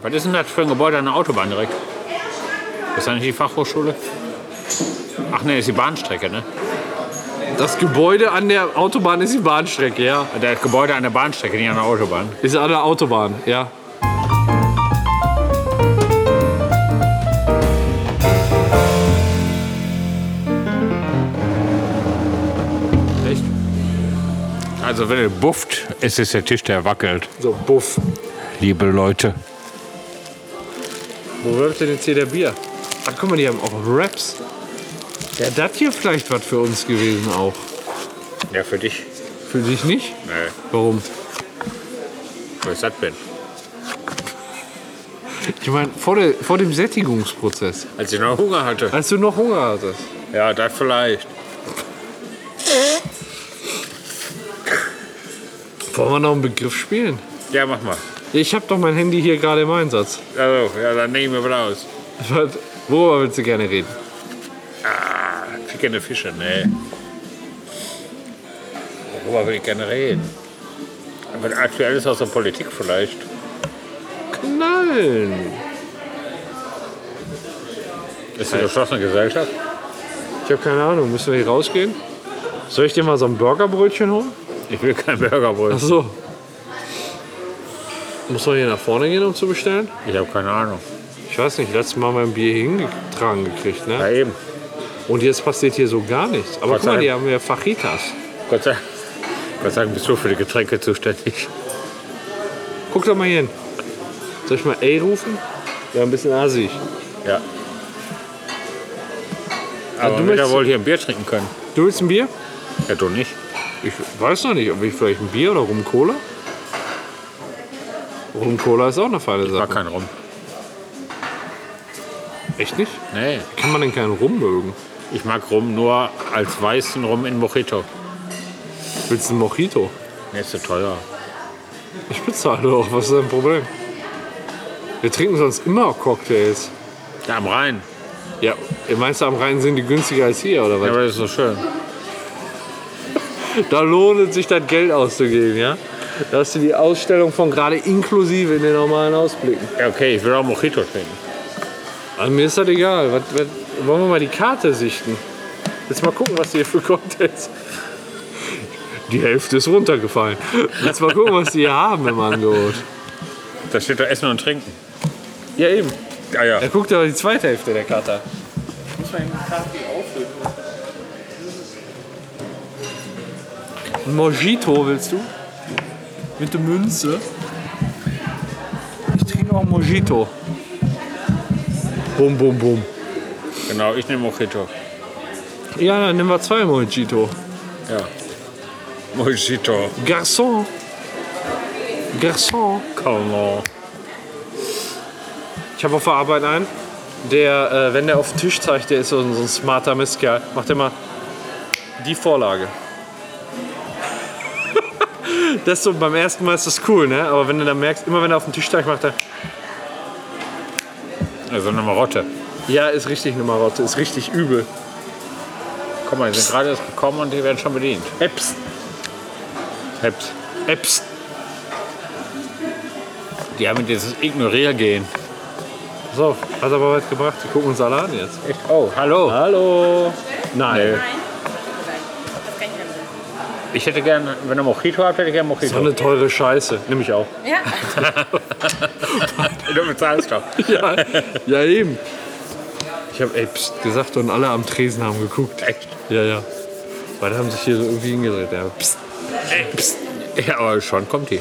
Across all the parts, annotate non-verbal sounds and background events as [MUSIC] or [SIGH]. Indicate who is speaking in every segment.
Speaker 1: Was ist denn das für ein Gebäude an der Autobahn direkt? Ist das nicht die Fachhochschule? Ach ne, ist die Bahnstrecke, ne?
Speaker 2: Das Gebäude an der Autobahn ist die Bahnstrecke, ja.
Speaker 1: Das Gebäude an der Bahnstrecke, nicht an der Autobahn.
Speaker 2: Ist an der Autobahn, ja.
Speaker 1: Echt? Also wenn ihr bufft, ist es der Tisch, der wackelt,
Speaker 2: So, buff.
Speaker 1: liebe Leute.
Speaker 2: Wo bleibt denn jetzt hier der Bier? Ach, guck mal, die haben auch Wraps. Ja, das hier vielleicht was für uns gewesen auch.
Speaker 1: Ja, für dich.
Speaker 2: Für dich nicht?
Speaker 1: Nee,
Speaker 2: Warum?
Speaker 1: weil ich satt bin.
Speaker 2: Ich meine, vor, der- vor dem Sättigungsprozess,
Speaker 1: Als ich noch Hunger hatte.
Speaker 2: als du noch Hunger hattest.
Speaker 1: Ja, das vielleicht.
Speaker 2: Wollen wir noch einen Begriff spielen?
Speaker 1: Ja, mach mal.
Speaker 2: Ich habe doch mein Handy hier gerade im Einsatz.
Speaker 1: Also, ja, dann nehmen wir wieder aus.
Speaker 2: Was- Worüber willst du gerne reden?
Speaker 1: Ah, ich gerne Fische, nee. Worüber will ich gerne reden? Aber aktuell ist aus der Politik vielleicht.
Speaker 2: Knallen.
Speaker 1: Ist eine geschlossene Gesellschaft?
Speaker 2: Ich habe keine Ahnung, müssen wir hier rausgehen? Soll ich dir mal so ein Burgerbrötchen holen?
Speaker 1: Ich will keinen Burger
Speaker 2: Ach
Speaker 1: wollen.
Speaker 2: so. Muss man hier nach vorne gehen, um zu bestellen?
Speaker 1: Ich habe keine Ahnung.
Speaker 2: Ich weiß nicht, letztes Mal haben wir ein Bier hier hingetragen gekriegt, ne?
Speaker 1: Ja, eben.
Speaker 2: Und jetzt passiert hier so gar nichts. Aber
Speaker 1: Gott
Speaker 2: guck mal,
Speaker 1: sei
Speaker 2: die haben ja Fajitas.
Speaker 1: Gott sei, Gott sei Dank bist du für die Getränke zuständig.
Speaker 2: Guck doch mal hier hin. Soll ich mal A rufen? Ja, ein bisschen asig.
Speaker 1: Ja. Aber
Speaker 2: Also du
Speaker 1: du jeder
Speaker 2: möchtest-
Speaker 1: wollte hier ein Bier trinken können.
Speaker 2: Du willst ein Bier?
Speaker 1: Ja, du nicht.
Speaker 2: Ich weiß noch nicht, ob ich vielleicht ein Bier oder Rum Cola. Rum Cola ist auch eine feine
Speaker 1: War
Speaker 2: Sache.
Speaker 1: kein Rum.
Speaker 2: Echt nicht?
Speaker 1: Nee.
Speaker 2: Kann man denn keinen Rum mögen?
Speaker 1: Ich mag Rum nur als weißen Rum in Mojito.
Speaker 2: Willst du einen Mojito?
Speaker 1: Nee, ist zu teuer.
Speaker 2: Ich bezahle doch, was ist dein Problem? Wir trinken sonst immer Cocktails.
Speaker 1: Ja, am Rhein.
Speaker 2: Ja, ihr meinst, am Rhein sind die günstiger als hier, oder
Speaker 1: Ja,
Speaker 2: was?
Speaker 1: aber das ist so schön.
Speaker 2: Da lohnt es sich, das Geld auszugeben, ja? Da hast du die Ausstellung von gerade inklusive in den normalen Ausblicken.
Speaker 1: Ja, okay, ich will auch Mojito trinken.
Speaker 2: Also mir ist das egal. Was, was, wollen wir mal die Karte sichten? Jetzt mal gucken, was die hier für Cocktails. Die Hälfte ist runtergefallen. Jetzt mal gucken, was die hier haben im Angebot.
Speaker 1: Da steht da Essen und Trinken. Ja, eben. Ja, ja.
Speaker 2: Ja, guckt aber die zweite Hälfte der Karte an. Ein Mojito willst du? Mit der Münze? Ich trinke auch Mojito. Bum, bum, bum.
Speaker 1: Genau, ich nehme Mojito.
Speaker 2: Ja, dann nehmen wir zwei Mojito.
Speaker 1: Ja. Mojito.
Speaker 2: Garçon. Garçon.
Speaker 1: Come on.
Speaker 2: Ich habe auf der Arbeit einen, der, äh, wenn der auf den Tisch zeigt, der ist so ein, so ein smarter Mistkerl, macht immer die Vorlage. [LAUGHS] das ist so, beim ersten Mal ist das cool, ne? Aber wenn du dann merkst, immer wenn er auf den Tisch zeigt, macht er,
Speaker 1: Also eine Marotte.
Speaker 2: ja, ist richtig eine Marotte, ist richtig übel.
Speaker 1: Guck mal, die sind gerade erst gekommen und die werden schon bedient.
Speaker 2: Eps,
Speaker 1: Heps.
Speaker 2: eps.
Speaker 1: Die haben dieses Ignoriergehen.
Speaker 2: So, hat aber was gebracht, die gucken uns alle an jetzt.
Speaker 1: Echt? Oh, hallo.
Speaker 2: Hallo. Nein.
Speaker 1: Nee. Ich hätte gern, wenn ihr Mojito habt, hätte ich gern
Speaker 2: So
Speaker 1: Mojito.
Speaker 2: eine teure Scheiße, [LAUGHS] nehme ich auch.
Speaker 3: Ja,
Speaker 1: [LAUGHS] du bezahlst doch.
Speaker 2: Ja, ja eben. Ich habe Apes gesagt und alle am Tresen haben geguckt.
Speaker 1: Echt?
Speaker 2: Ja, ja. Weil die haben sich hier so irgendwie hingedreht. Ja. Psst.
Speaker 1: Ey, pst. Ja, aber schon kommt die.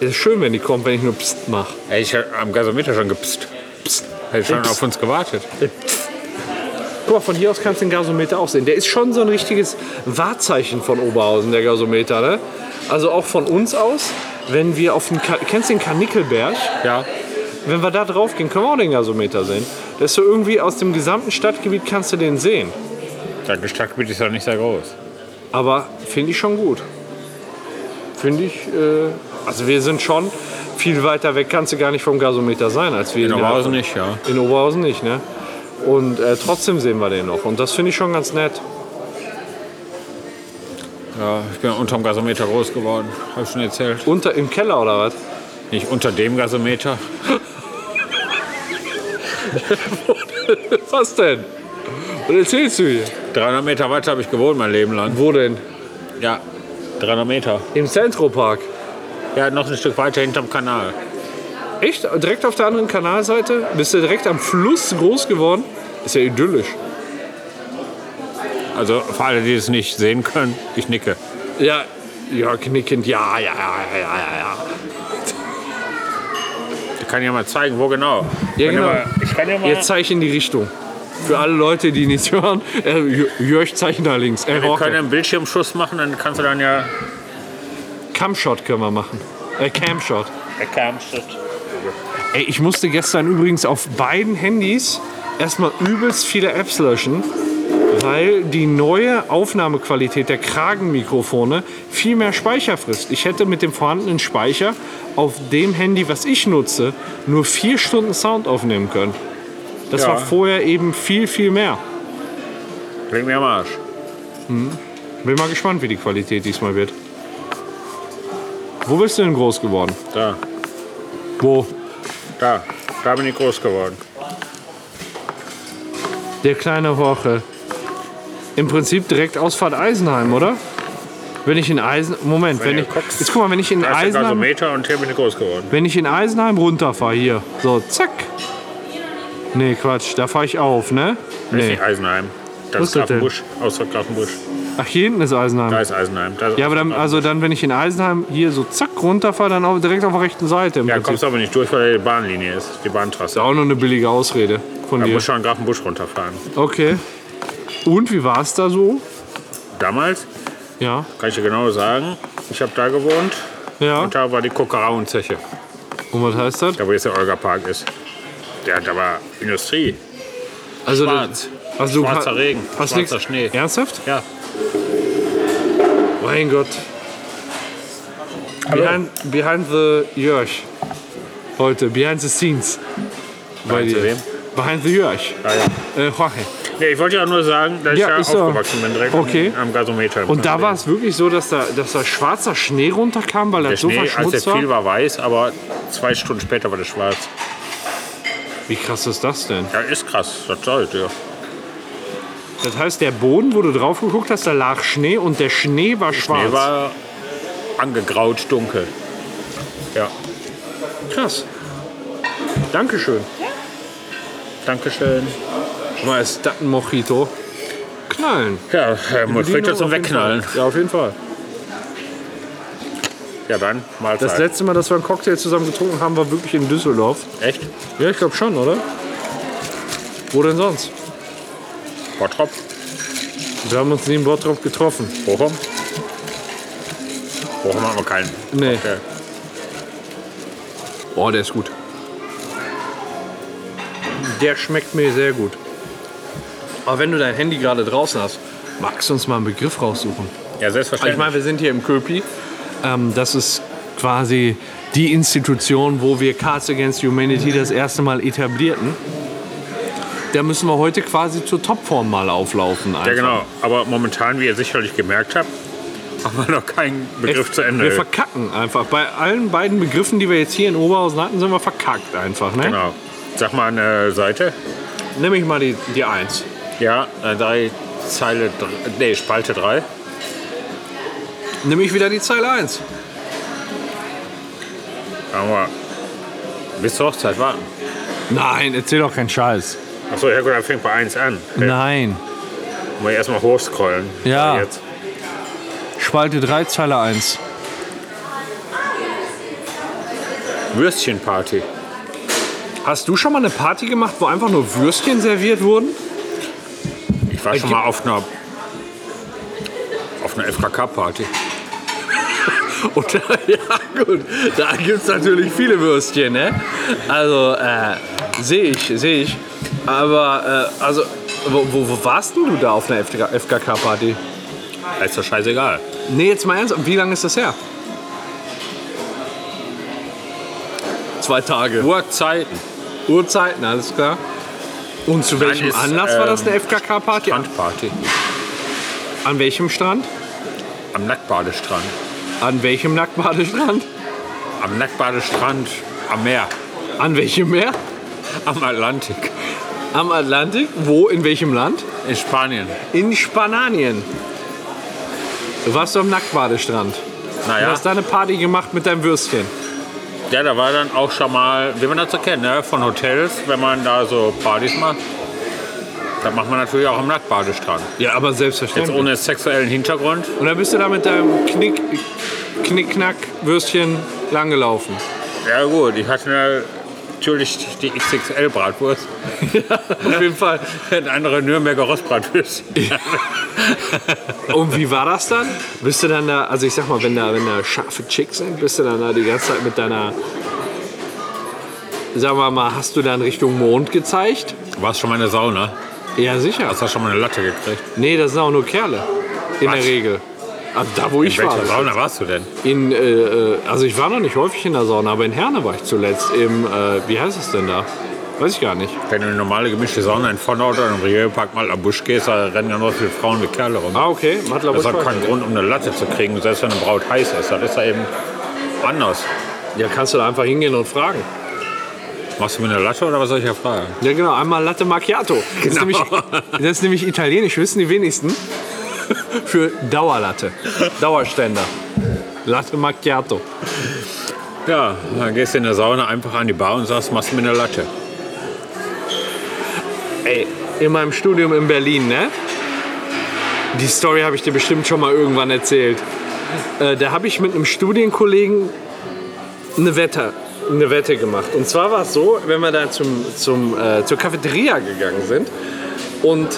Speaker 2: Ist schön, wenn die kommt, wenn ich nur Psst mache.
Speaker 1: Ey, Ich hab am Gasometer schon gepst. Pst. Hätte ich schon
Speaker 2: Pst.
Speaker 1: auf uns gewartet.
Speaker 2: Guck mal, von hier aus kannst du den Gasometer auch sehen. Der ist schon so ein richtiges Wahrzeichen von Oberhausen, der Gasometer. Ne? Also auch von uns aus, wenn wir auf den... Ka Kennst du den Karnickelberg?
Speaker 1: Ja.
Speaker 2: Wenn wir da drauf gehen, können wir auch den Gasometer sehen. Das ist so irgendwie aus dem gesamten Stadtgebiet kannst du den sehen.
Speaker 1: Das Stadtgebiet ist doch nicht sehr groß.
Speaker 2: Aber finde ich schon gut. Finde ich, äh, also wir sind schon viel weiter weg, kannst du gar nicht vom Gasometer sein, als wir
Speaker 1: In
Speaker 2: ihn
Speaker 1: Oberhausen nicht, ja.
Speaker 2: In Oberhausen nicht, ne? Und äh, trotzdem sehen wir den noch. Und das finde ich schon ganz nett.
Speaker 1: Ja, ich bin unterm Gasometer groß geworden. Hab ich schon erzählt.
Speaker 2: Unter im Keller oder was?
Speaker 1: Nicht unter dem Gasometer.
Speaker 2: Was denn? Was erzählst du hier?
Speaker 1: 300 Meter weiter habe ich gewohnt mein Leben lang.
Speaker 2: Wo denn?
Speaker 1: Ja, 300 Meter.
Speaker 2: Im Centropark.
Speaker 1: Ja, noch ein Stück weiter hinterm Kanal.
Speaker 2: Echt? Direkt auf der anderen Kanalseite? Bist du direkt am Fluss groß geworden? Ist ja idyllisch.
Speaker 1: Also für alle, die es nicht sehen können, ich nicke.
Speaker 2: Ja, ja, knickend, ja, ja, ja, ja, ja, ja.
Speaker 1: Ich kann ja mal zeigen, wo genau.
Speaker 2: Ja,
Speaker 1: Kann ja
Speaker 2: genau.
Speaker 1: mal- ich kann ja mal.
Speaker 2: Jetzt zeichne in die Richtung. Für alle Leute, die nicht [LAUGHS] hören, äh, Jö- Jörg zeichnet da links. Äh,
Speaker 1: wir können
Speaker 2: Horke.
Speaker 1: einen Bildschirmschuss machen, dann kannst du dann ja.
Speaker 2: Camshot können wir machen. Äh, Camshot.
Speaker 1: Der Kernschritt.
Speaker 2: Ey, ich musste gestern übrigens auf beiden Handys erstmal übelst viele Apps löschen, weil die neue Aufnahmequalität der Kragenmikrofone viel mehr Speicher frisst. Ich hätte mit dem vorhandenen Speicher auf dem Handy, was ich nutze, nur vier Stunden Sound aufnehmen können. Das
Speaker 1: Ja.
Speaker 2: war vorher eben viel, viel mehr.
Speaker 1: Klingt mir am Arsch.
Speaker 2: Bin mal gespannt, wie die Qualität diesmal wird. Wo bist du denn groß geworden?
Speaker 1: Da,
Speaker 2: Wo?
Speaker 1: da. Da bin ich groß geworden.
Speaker 2: Der kleine Horche. Im Prinzip direkt Ausfahrt Eisenheim, oder? Wenn ich in Eisen. Moment, wenn,
Speaker 1: Wenn ihr
Speaker 2: ich.
Speaker 1: guckst,
Speaker 2: jetzt guck mal, wenn ich in
Speaker 1: Da ist der
Speaker 2: Eisenheim.
Speaker 1: Gasometer und hier bin ich groß geworden.
Speaker 2: Wenn ich in Eisenheim runterfahre hier. So, zack. Nee, Quatsch, da fahre ich auf, ne?
Speaker 1: Das ist
Speaker 2: Nee.
Speaker 1: nicht Eisenheim.
Speaker 2: Wo
Speaker 1: Das
Speaker 2: ist
Speaker 1: ist
Speaker 2: das denn?
Speaker 1: Grafenbusch. Außer Grafenbusch.
Speaker 2: Ach, hier hinten ist Eisenheim.
Speaker 1: Da ist Eisenheim. Da ist
Speaker 2: Ja, aber dann, also dann, wenn ich in Eisenheim hier so zack runterfahre, dann auch direkt auf der rechten Seite im
Speaker 1: ja,
Speaker 2: Prinzip.
Speaker 1: kommst du aber nicht durch, weil da die Bahnlinie ist. Die Bahntrasse.
Speaker 2: Auch nur eine billige Ausrede von
Speaker 1: Da
Speaker 2: dir.
Speaker 1: musst du an Grafenbusch runterfahren.
Speaker 2: Okay. Und wie war es da so?
Speaker 1: Damals,
Speaker 2: Ja.
Speaker 1: kann ich dir genau sagen, ich habe da gewohnt.
Speaker 2: Ja.
Speaker 1: Und da war die Kokarauenzeche.
Speaker 2: Und was heißt das?
Speaker 1: Da wo jetzt der Olga Park ist. Der, da war Industrie.
Speaker 2: Also
Speaker 1: Schwarz.
Speaker 2: das- Also, du
Speaker 1: Schwarzer
Speaker 2: kann-
Speaker 1: Regen.
Speaker 2: Hast
Speaker 1: schwarzer
Speaker 2: nix-
Speaker 1: Schnee.
Speaker 2: Ernsthaft?
Speaker 1: Ja.
Speaker 2: Mein Gott.
Speaker 1: Hallo.
Speaker 2: Behind, behind the Jörg. Heute, behind the scenes. Bei
Speaker 1: Behind the
Speaker 2: dir.
Speaker 1: wem?
Speaker 2: Behind the Jörg.
Speaker 1: Ah, ja.
Speaker 2: Äh, Jorge.
Speaker 1: Nee, ich wollte ja nur sagen, dass
Speaker 2: Ja,
Speaker 1: ich
Speaker 2: ist
Speaker 1: da
Speaker 2: so.
Speaker 1: aufgewachsen bin, direkt
Speaker 2: Okay.
Speaker 1: am, am Gasometer.
Speaker 2: Und da war es wirklich so, dass da, dass da schwarzer Schnee runterkam, weil
Speaker 1: der
Speaker 2: das so
Speaker 1: Schnee, als der
Speaker 2: verschmutzt war.
Speaker 1: fiel, war weiß, aber zwei Stunden später war der schwarz.
Speaker 2: Wie krass ist das denn?
Speaker 1: Ja, ist krass. Das sollte ja.
Speaker 2: Das heißt, der Boden, wo du drauf geguckt hast, da lag Schnee und der Schnee war schwarz.
Speaker 1: Nee, war angegraut, dunkel. Ja,
Speaker 2: krass. Dankeschön.
Speaker 1: Dankeschön.
Speaker 2: Mal ist das ein Mojito. Knallen.
Speaker 1: Ja, Herr Muttfried jetzt
Speaker 2: Auf
Speaker 1: zum
Speaker 2: jeden
Speaker 1: Wegknallen.
Speaker 2: Fall. Ja, auf jeden Fall.
Speaker 1: Ja, dann Mahlzeit.
Speaker 2: Das letzte Mal, dass wir einen Cocktail zusammen getrunken haben, war wirklich in Düsseldorf.
Speaker 1: Echt?
Speaker 2: Ja, ich glaube schon, oder? Wo denn sonst?
Speaker 1: Bottrop?
Speaker 2: Wir haben uns nie in Bottrop getroffen.
Speaker 1: Bochum? Bochum haben wir keinen.
Speaker 2: Nee.
Speaker 1: Okay.
Speaker 2: Oh, der ist gut. Der schmeckt mir sehr gut. Aber wenn du dein Handy gerade draußen hast, magst du uns mal einen Begriff raussuchen?
Speaker 1: Ja,
Speaker 2: Ah, Ich
Speaker 1: selbstverständlich.
Speaker 2: meine, wir sind hier im Köpi. Ähm, das ist quasi die Institution, wo wir Cards Against Humanity das erste Mal etablierten. Da müssen wir heute quasi zur Topform mal auflaufen. Einfach.
Speaker 1: ja, genau. Aber momentan, wie ihr sicherlich gemerkt habt, [LAUGHS] haben wir noch keinen Begriff zu Ende.
Speaker 2: Wir verkacken einfach. Bei allen beiden Begriffen, die wir jetzt hier in Oberhausen hatten, sind wir verkackt einfach. Ne?
Speaker 1: Genau. Sag mal eine Seite.
Speaker 2: Nimm ich mal die, die Eins.
Speaker 1: Ja, äh, drei Zeile, dr- nee, Spalte 3.
Speaker 2: Nimm ich wieder die Zeile 1.
Speaker 1: Sagen wir, bis zur Hochzeit warten.
Speaker 2: Nein, erzähl doch keinen Scheiß.
Speaker 1: Achso, ja gut, dann fängt bei 1 an.
Speaker 2: Nein.
Speaker 1: Muss ich erstmal hochscrollen. Also
Speaker 2: Ja.
Speaker 1: Jetzt.
Speaker 2: Spalte 3, Zeile 1.
Speaker 1: Würstchenparty.
Speaker 2: Hast du schon mal eine Party gemacht, wo einfach nur Würstchen serviert wurden?
Speaker 1: Ich war schon
Speaker 2: gibt-
Speaker 1: mal auf einer auf einer FKK-Party.
Speaker 2: Und da, [LAUGHS] ja gut, da gibt es natürlich viele Würstchen, ne? Also, äh, sehe ich, sehe ich. Aber, äh, also, wo, wo, wo warst denn du da auf einer FKK-Party?
Speaker 1: Da Ist doch scheißegal.
Speaker 2: Nee, jetzt mal ernst, wie lange ist das her? Zwei Tage.
Speaker 1: Uhrzeiten.
Speaker 2: Uhrzeiten, alles klar. Und zu welchem
Speaker 1: ist,
Speaker 2: Anlass war das eine
Speaker 1: ähm,
Speaker 2: FKK-Party? An,
Speaker 1: Strandparty.
Speaker 2: an welchem Strand?
Speaker 1: Am Nacktbadestrand.
Speaker 2: An welchem Nacktbadestrand?
Speaker 1: Am Nacktbadestrand, am Meer,
Speaker 2: An welchem Meer?
Speaker 1: am Atlantik,
Speaker 2: Am Atlantik? Wo? In welchem Land?
Speaker 1: in Spanien.
Speaker 2: In Spanien. Du warst am Nacktbadestrand. Du
Speaker 1: Naja,
Speaker 2: hast da eine Party gemacht mit deinem Würstchen.
Speaker 1: ja, da war dann auch schon mal, wie man das so kennt, ne? von Hotels, wenn man da so Partys macht. Das macht man natürlich auch am Nacktbadestrand.
Speaker 2: Ja, aber
Speaker 1: Jetzt
Speaker 2: selbstverständlich.
Speaker 1: ohne sexuellen Hintergrund.
Speaker 2: Und dann bist du da mit deinem Knick, Knickknack Würstchen langgelaufen.
Speaker 1: Ja gut, ich hatte natürlich die XXL-Bratwurst.
Speaker 2: Auf jeden Fall.
Speaker 1: Ein anderer Nürnberger Rostbratwürst.
Speaker 2: Und wie war das dann? Bist du dann da, also ich sag mal, wenn da, wenn da scharfe Chicks sind, bist du dann da die ganze Zeit mit deiner, sagen wir mal, hast du dann Richtung Mond gezeigt?
Speaker 1: Du warst schon mal in der Sauna.
Speaker 2: Ja, sicher.
Speaker 1: Hast du schon mal eine Latte gekriegt?
Speaker 2: Nee, das sind auch nur Kerle. In
Speaker 1: Was?
Speaker 2: der Regel. Also da, wo ich
Speaker 1: in
Speaker 2: war.
Speaker 1: welcher Sauna warst du denn?
Speaker 2: In, äh, äh, also ich war noch nicht häufig in der Sauna, aber in Herne war ich zuletzt im, äh, wie heißt es denn da? Weiß ich gar nicht.
Speaker 1: Wenn du in eine normale gemischte Sauna in Vornort oder im Riegelpark mal am Busch gehst, da rennen ganz viele Frauen wie Kerle rum.
Speaker 2: Ah, okay. Matler
Speaker 1: Das ist auch kein Grund, um eine Latte zu kriegen, selbst wenn eine Braut heiß ist. Das ist ja eben anders.
Speaker 2: Ja, kannst du da einfach hingehen und fragen.
Speaker 1: Machst du mir eine Latte oder was soll ich ja fragen?
Speaker 2: Ja, genau. Einmal Latte Macchiato. Das, ist nämlich, [LAUGHS] das ist nämlich italienisch, wissen die wenigsten. [LAUGHS] Für Dauerlatte. Dauerständer. Latte Macchiato.
Speaker 1: Ja, dann gehst du in der Sauna einfach an die Bar und sagst, machst du mir eine Latte.
Speaker 2: Ey, in meinem Studium in Berlin, ne? Die Story habe ich dir bestimmt schon mal irgendwann erzählt. Äh, da habe ich mit einem Studienkollegen eine Wette, eine Wette gemacht. Und zwar war es so, wenn wir da zum, zum, äh, zur Cafeteria gegangen sind und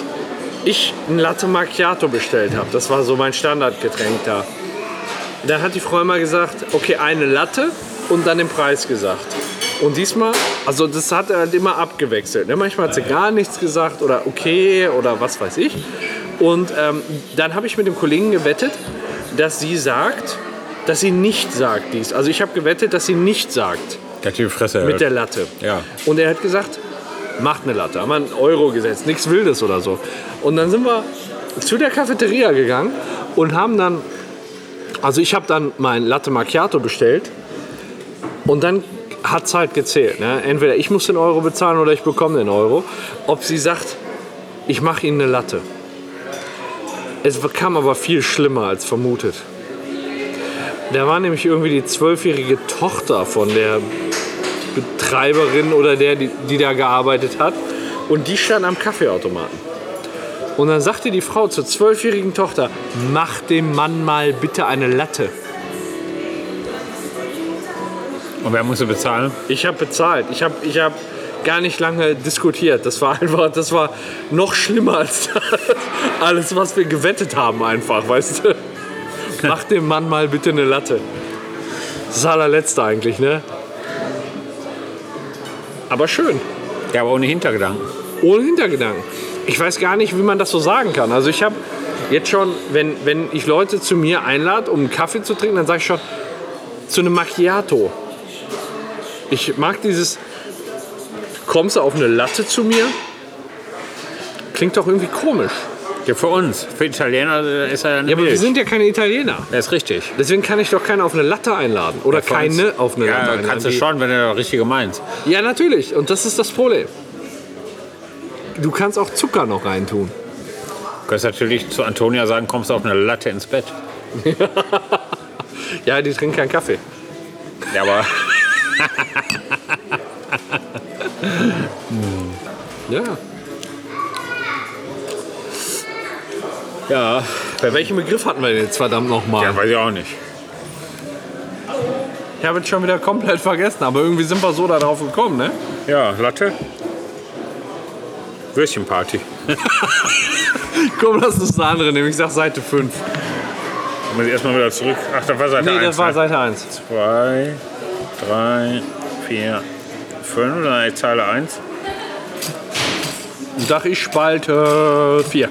Speaker 2: ich ein Latte Macchiato bestellt habe, das war so mein Standardgetränk da, da hat die Frau immer gesagt, okay, eine Latte und dann den Preis gesagt. Und diesmal, also das hat er halt immer abgewechselt. Ne? Manchmal hat sie gar nichts gesagt oder okay oder was weiß ich. Und ähm, dann habe ich mit dem Kollegen gewettet, dass sie sagt, dass sie nicht sagt dies. Also ich habe gewettet, dass sie nicht sagt
Speaker 1: Der hat die Fresse
Speaker 2: mit der Latte.
Speaker 1: Ja.
Speaker 2: Und er hat gesagt, macht eine Latte. Haben wir einen Euro gesetzt, nichts Wildes oder so. Und dann sind wir zu der Cafeteria gegangen und haben dann, also ich habe dann mein Latte Macchiato bestellt und dann hat es halt gezählt. Ne? Entweder ich muss den Euro bezahlen oder ich bekomme den Euro. Ob sie sagt, ich mache Ihnen eine Latte. Es kam aber viel schlimmer als vermutet. Da war nämlich irgendwie die zwölfjährige Tochter von der Betreiberin oder der, die, die da gearbeitet hat. Und die stand am Kaffeeautomaten. Und dann sagte die Frau zur zwölfjährigen Tochter, mach dem Mann mal bitte eine Latte.
Speaker 1: Und wer musste bezahlen?
Speaker 2: Ich habe bezahlt. Ich habe ich hab gar nicht lange diskutiert. Das war [LAUGHS] einfach, das war noch schlimmer als [LAUGHS] das. alles, was wir gewettet haben einfach, weißt du. Mach dem Mann mal bitte eine Latte. Das ist das allerletzte eigentlich, ne? Aber schön.
Speaker 1: Ja, aber ohne Hintergedanken.
Speaker 2: ohne Hintergedanken. Ich weiß gar nicht, wie man das so sagen kann. Also ich habe jetzt schon, wenn, wenn ich Leute zu mir einlade, um einen Kaffee zu trinken, dann sage ich schon zu einem Macchiato. Ich mag dieses, kommst du auf eine Latte zu mir? Klingt doch irgendwie komisch.
Speaker 1: Ja, für uns. Für Italiener äh, ist er ja
Speaker 2: Ja, aber wir
Speaker 1: Milch.
Speaker 2: sind ja keine Italiener.
Speaker 1: Das ist richtig.
Speaker 2: Deswegen kann ich doch keinen auf eine Latte einladen. Oder
Speaker 1: Für uns-
Speaker 2: keine auf eine Latte
Speaker 1: Ja,
Speaker 2: einladen.
Speaker 1: kannst du
Speaker 2: die-
Speaker 1: schon, wenn du das Richtige meinst.
Speaker 2: Ja, natürlich. Und das ist das Problem. Du kannst auch Zucker noch reintun.
Speaker 1: Du kannst natürlich zu Antonia sagen, kommst du auf eine Latte ins Bett.
Speaker 2: ja, die trinken keinen Kaffee.
Speaker 1: Ja, aber
Speaker 2: Ja.
Speaker 1: ja,
Speaker 2: Bei welchem Begriff hatten wir denn jetzt verdammt nochmal?
Speaker 1: ja, weiß ich auch nicht.
Speaker 2: Ich habe jetzt schon wieder komplett vergessen, aber irgendwie sind wir so darauf gekommen, ne?
Speaker 1: Ja, Latte. Würstchenparty.
Speaker 2: [LAUGHS] Komm, lass uns eine andere nehmen. Ich sag Seite 5.
Speaker 1: Muss ich erstmal wieder zurück. Ach, das war Seite
Speaker 2: Nee, das
Speaker 1: eins,
Speaker 2: war
Speaker 1: ne?
Speaker 2: Seite 1.
Speaker 1: Zwei, drei, vier, fünf. Dann die Zeile eins.
Speaker 2: Sag ich Spalte äh, 4.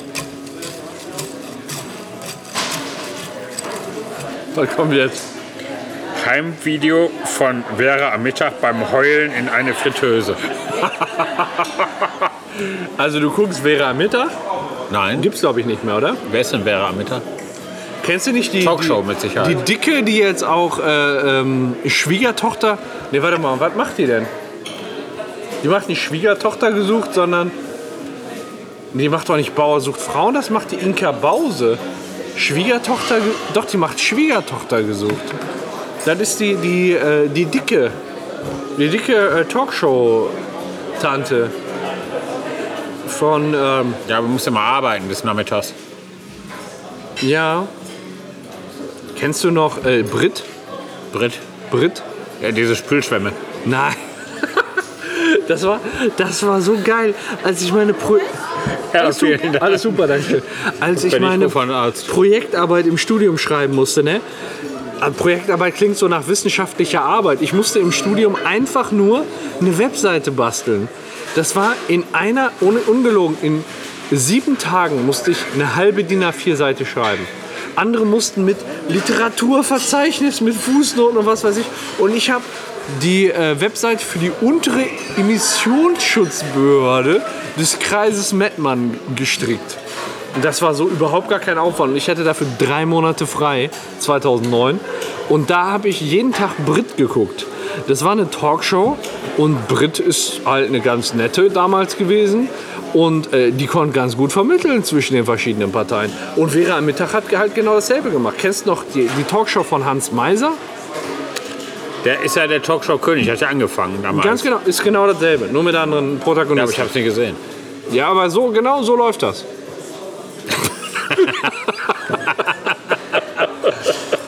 Speaker 2: Was kommt jetzt?
Speaker 1: Heimvideo von Vera am Mittag beim Heulen in eine Fritteuse.
Speaker 2: Also du guckst Vera am Mittag.
Speaker 1: Nein.
Speaker 2: Gibt's glaube ich nicht mehr, oder?
Speaker 1: Wer ist denn Vera am Mittag?
Speaker 2: Kennst du nicht die
Speaker 1: Talkshow
Speaker 2: die,
Speaker 1: mit Sicherheit.
Speaker 2: Die dicke, die jetzt auch äh, ähm, Schwiegertochter. Ne, warte mal, was macht die denn? Die macht nicht Schwiegertochter gesucht, sondern Nee, die macht doch nicht Bauer sucht Frauen, das macht die Inka Bause. Schwiegertochter, ge- doch die macht Schwiegertochter gesucht. Das ist die die äh, die dicke, die dicke äh, Talkshow Tante von ähm,
Speaker 1: Ja, aber musst ja mal arbeiten bis nachmittags.
Speaker 2: Ja. Kennst du noch äh, Brit?
Speaker 1: Brit.
Speaker 2: Brit?
Speaker 1: Ja, diese Spülschwämme.
Speaker 2: Nein. [LAUGHS] Das war, das war so geil, als ich meine Pro alles,
Speaker 1: vielen
Speaker 2: super,
Speaker 1: Dank.
Speaker 2: alles super, danke. Als ich
Speaker 1: Bin ich
Speaker 2: meine
Speaker 1: froh für einen Arzt.
Speaker 2: Projektarbeit im Studium schreiben musste, ne? Aber Projektarbeit klingt so nach wissenschaftlicher Arbeit. Ich musste im Studium einfach nur eine Webseite basteln. Das war in einer, ohne ungelogen, in sieben Tagen musste ich eine halbe DIN A4-Seite schreiben. Andere mussten mit Literaturverzeichnis, mit Fußnoten und was weiß ich. Und ich habe die äh, Webseite für die untere Emissionsschutzbehörde des Kreises Mettmann gestrickt. Und Das war so überhaupt gar kein Aufwand. Und Ich hatte dafür drei Monate frei, 2009. Und da habe ich jeden Tag Brit geguckt. Das war eine Talkshow und Brit ist halt eine ganz nette damals gewesen. Und äh, die konnte ganz gut vermitteln zwischen den verschiedenen Parteien. Und Vera am Mittag hat halt genau dasselbe gemacht. Kennst du noch die, die Talkshow von Hans Meiser?
Speaker 1: Der ist ja der Talkshow-König, hat ja angefangen damals.
Speaker 2: Ganz genau, ist genau dasselbe, nur mit anderen Protagonisten.
Speaker 1: ja, aber ich hab's nicht gesehen.
Speaker 2: Ja, aber so genau so läuft das.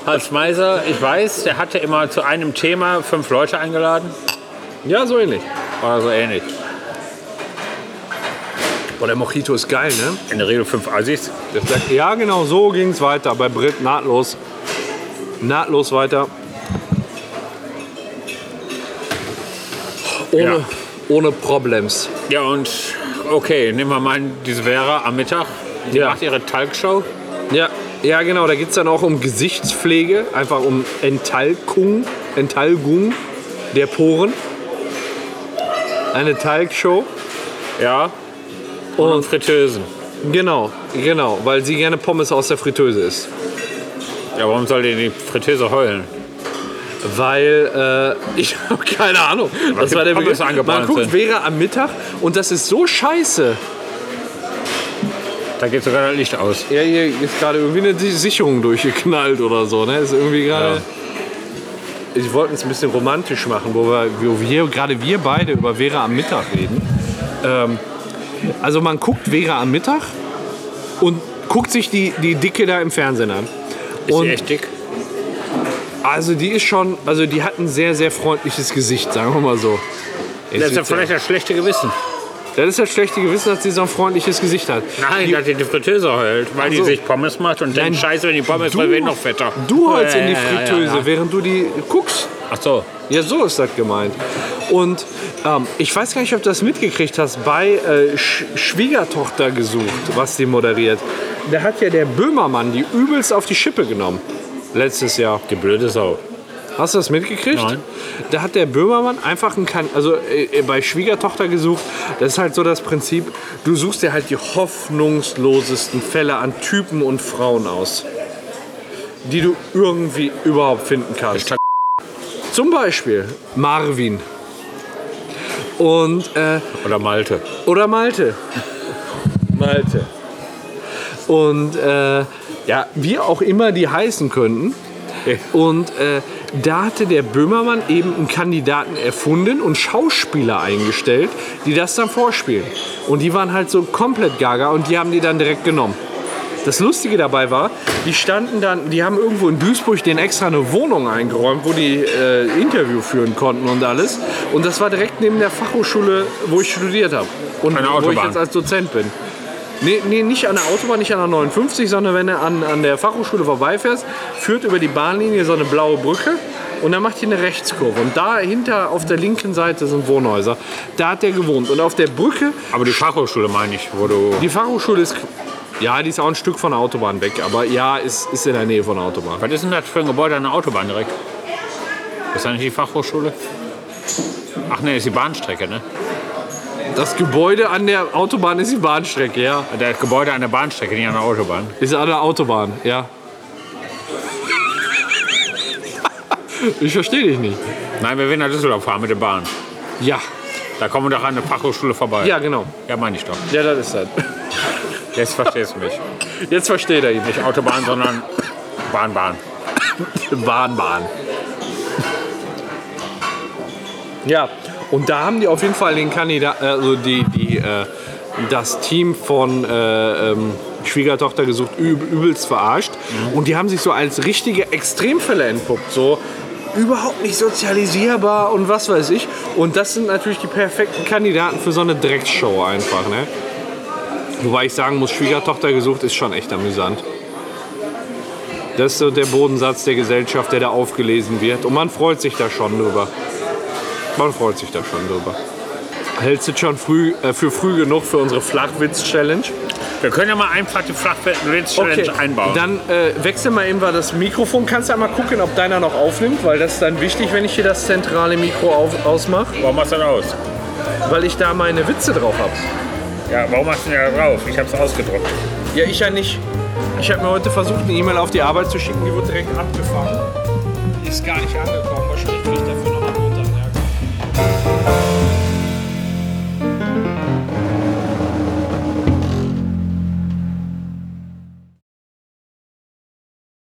Speaker 1: Hans Meiser, ich weiß, der hatte immer zu einem Thema fünf Leute eingeladen
Speaker 2: Ja, so ähnlich.
Speaker 1: oder so ähnlich.
Speaker 2: Boah, der Mojito ist geil, ne?
Speaker 1: In der Regel fünf Assis.
Speaker 2: Der sagt, ja, genau so ging es weiter. Bei Brit nahtlos. Nahtlos weiter. Ohne,
Speaker 1: Ja.
Speaker 2: ohne Problems.
Speaker 1: Ja, und okay, nehmen wir mal an, diese Vera am Mittag. Die
Speaker 2: Ja.
Speaker 1: macht ihre Talkshow.
Speaker 2: Ja, ja genau. Da geht es dann auch um Gesichtspflege, einfach um Enttalkung, Enttalkung der Poren. Eine Talkshow.
Speaker 1: Ja. Und, und Fritteusen.
Speaker 2: Genau, genau, weil sie gerne Pommes aus der Fritteuse isst.
Speaker 1: Ja, warum soll denn die Fritteuse heulen?
Speaker 2: Weil äh, ich [LAUGHS] habe keine Ahnung. Das
Speaker 1: die
Speaker 2: war der
Speaker 1: Pommes
Speaker 2: Begriff. Man
Speaker 1: angebrannt
Speaker 2: guckt
Speaker 1: sind.
Speaker 2: Vera am Mittag und das ist so scheiße.
Speaker 1: Da geht sogar das Licht aus.
Speaker 2: Ja, hier ist gerade irgendwie eine Di- Sicherung durchgeknallt oder so. Ne? Ist irgendwie gerade. Ich wollte es ein bisschen romantisch machen, wo wir, wo wir gerade wir beide über Vera am Mittag reden. Ähm, also man guckt Vera am Mittag und guckt sich die, die Dicke da im Fernsehen an.
Speaker 1: Ist
Speaker 2: und
Speaker 1: die echt dick?
Speaker 2: Also die ist schon, also die hat ein sehr, sehr freundliches Gesicht, sagen wir mal so.
Speaker 1: Das ist ja vielleicht das schlechte Gewissen.
Speaker 2: das ist das schlechte Gewissen, dass sie so ein freundliches Gesicht hat.
Speaker 1: Nein, dass die, die Fritteuse heult, weil
Speaker 2: Ach so.
Speaker 1: die sich Pommes macht und denkt,
Speaker 2: Nein,
Speaker 1: scheiße, wenn die Pommes
Speaker 2: Du-
Speaker 1: wird, wird noch fetter.
Speaker 2: Du holst in die
Speaker 1: Ja, ja, ja,
Speaker 2: Fritteuse,
Speaker 1: ja.
Speaker 2: während du die guckst.
Speaker 1: Ach so.
Speaker 2: Ja, so ist das gemeint. Und ähm, ich weiß gar nicht, ob du das mitgekriegt hast, bei äh, Sch Schwiegertochter gesucht, was die moderiert. Da hat ja der Böhmermann die übelst auf die Schippe genommen. Letztes Jahr.
Speaker 1: Die blöde Sau.
Speaker 2: Hast du das mitgekriegt?
Speaker 1: Nein.
Speaker 2: Da hat der Böhmermann einfach einen kan also äh, bei Schwiegertochter gesucht. Das ist halt so das Prinzip, du suchst dir halt die hoffnungslosesten Fälle an Typen und Frauen aus, die du irgendwie überhaupt finden kannst.
Speaker 1: Hashtag
Speaker 2: Zum Beispiel Marvin. Und äh,
Speaker 1: Oder Malte.
Speaker 2: oder Malte. Malte. Und äh, ja, wie auch immer die heißen könnten. Und äh, da hatte der Böhmermann eben einen Kandidaten erfunden und Schauspieler eingestellt, die das dann vorspielen. Und die waren halt so komplett gaga und die haben die dann direkt genommen. Das Lustige dabei war, die standen dann, die haben irgendwo in Duisburg den extra eine Wohnung eingeräumt, wo die äh, Interview führen konnten und alles. Und das war direkt neben der Fachhochschule, wo ich studiert habe. Und
Speaker 1: Eine
Speaker 2: wo ich
Speaker 1: Autobahn.
Speaker 2: jetzt als Dozent bin. Nee, nee, nicht an der Autobahn, nicht an der 59, sondern wenn du an, an der Fachhochschule vorbeifährst, führt über die Bahnlinie so eine blaue Brücke und dann macht die eine Rechtskurve. Und dahinter auf der linken Seite sind Wohnhäuser. Da hat der gewohnt. Und auf der Brücke,
Speaker 1: Aber die Fachhochschule meine ich, wo du.
Speaker 2: die Fachhochschule ist. Ja, die ist auch ein Stück von der Autobahn weg, aber ja, ist, ist in der Nähe von der Autobahn.
Speaker 1: Was ist denn das für ein Gebäude an der Autobahn direkt? Ist das nicht die Fachhochschule? Ach ne, ist die Bahnstrecke, ne?
Speaker 2: Das Gebäude an der Autobahn
Speaker 1: Also
Speaker 2: ist die Bahnstrecke, ja.
Speaker 1: Das Gebäude an der Bahnstrecke, nicht an der Autobahn.
Speaker 2: Ist an der Autobahn, ja. [LAUGHS] Ich verstehe dich nicht.
Speaker 1: Nein, wir werden nach Düsseldorf fahren mit der Bahn.
Speaker 2: Ja.
Speaker 1: Da kommen wir doch an der Fachhochschule vorbei.
Speaker 2: Ja, genau.
Speaker 1: Ja, meine ich doch.
Speaker 2: Ja, das ist das.
Speaker 1: Jetzt verstehst du mich.
Speaker 2: Jetzt versteht er ihn nicht.
Speaker 1: Nicht Autobahn, sondern Bahn, Bahn.
Speaker 2: Bahn, Bahn. Ja, und da haben die auf jeden Fall den Kandidaten, also die, die, äh, das Team von äh, ähm, Schwiegertochter gesucht, üb übelst verarscht. Und die haben sich so als richtige Extremfälle entpuppt. So überhaupt nicht sozialisierbar und was weiß ich. Und das sind natürlich die perfekten Kandidaten für so eine Dreckshow einfach, ne? Wobei ich sagen muss, Schwiegertochter gesucht ist schon echt amüsant. Das ist so der Bodensatz der Gesellschaft, der da aufgelesen wird. Und man freut sich da schon drüber. Man freut sich da schon drüber. Hältst du es schon früh, äh, für früh genug für unsere Flachwitz-Challenge?
Speaker 1: Wir können ja mal einfach die Flachwelt-Challenge einbauen.
Speaker 2: Dann äh, wechsel mal eben mal das Mikrofon. Kannst du einmal gucken, ob deiner noch aufnimmt? Weil das ist dann wichtig, wenn ich hier das zentrale Mikro auf, ausmache,
Speaker 1: warum machst du das aus?
Speaker 2: weil ich da meine Witze drauf habe.
Speaker 1: Ja, warum machst du denn da drauf? Ich hab's ausgedruckt.
Speaker 2: Ja, ich ja nicht. Ich habe mir heute versucht, eine E-Mail auf die Arbeit zu schicken, die wurde direkt abgefahren. Die ist gar nicht angekommen, wahrscheinlich kriege ich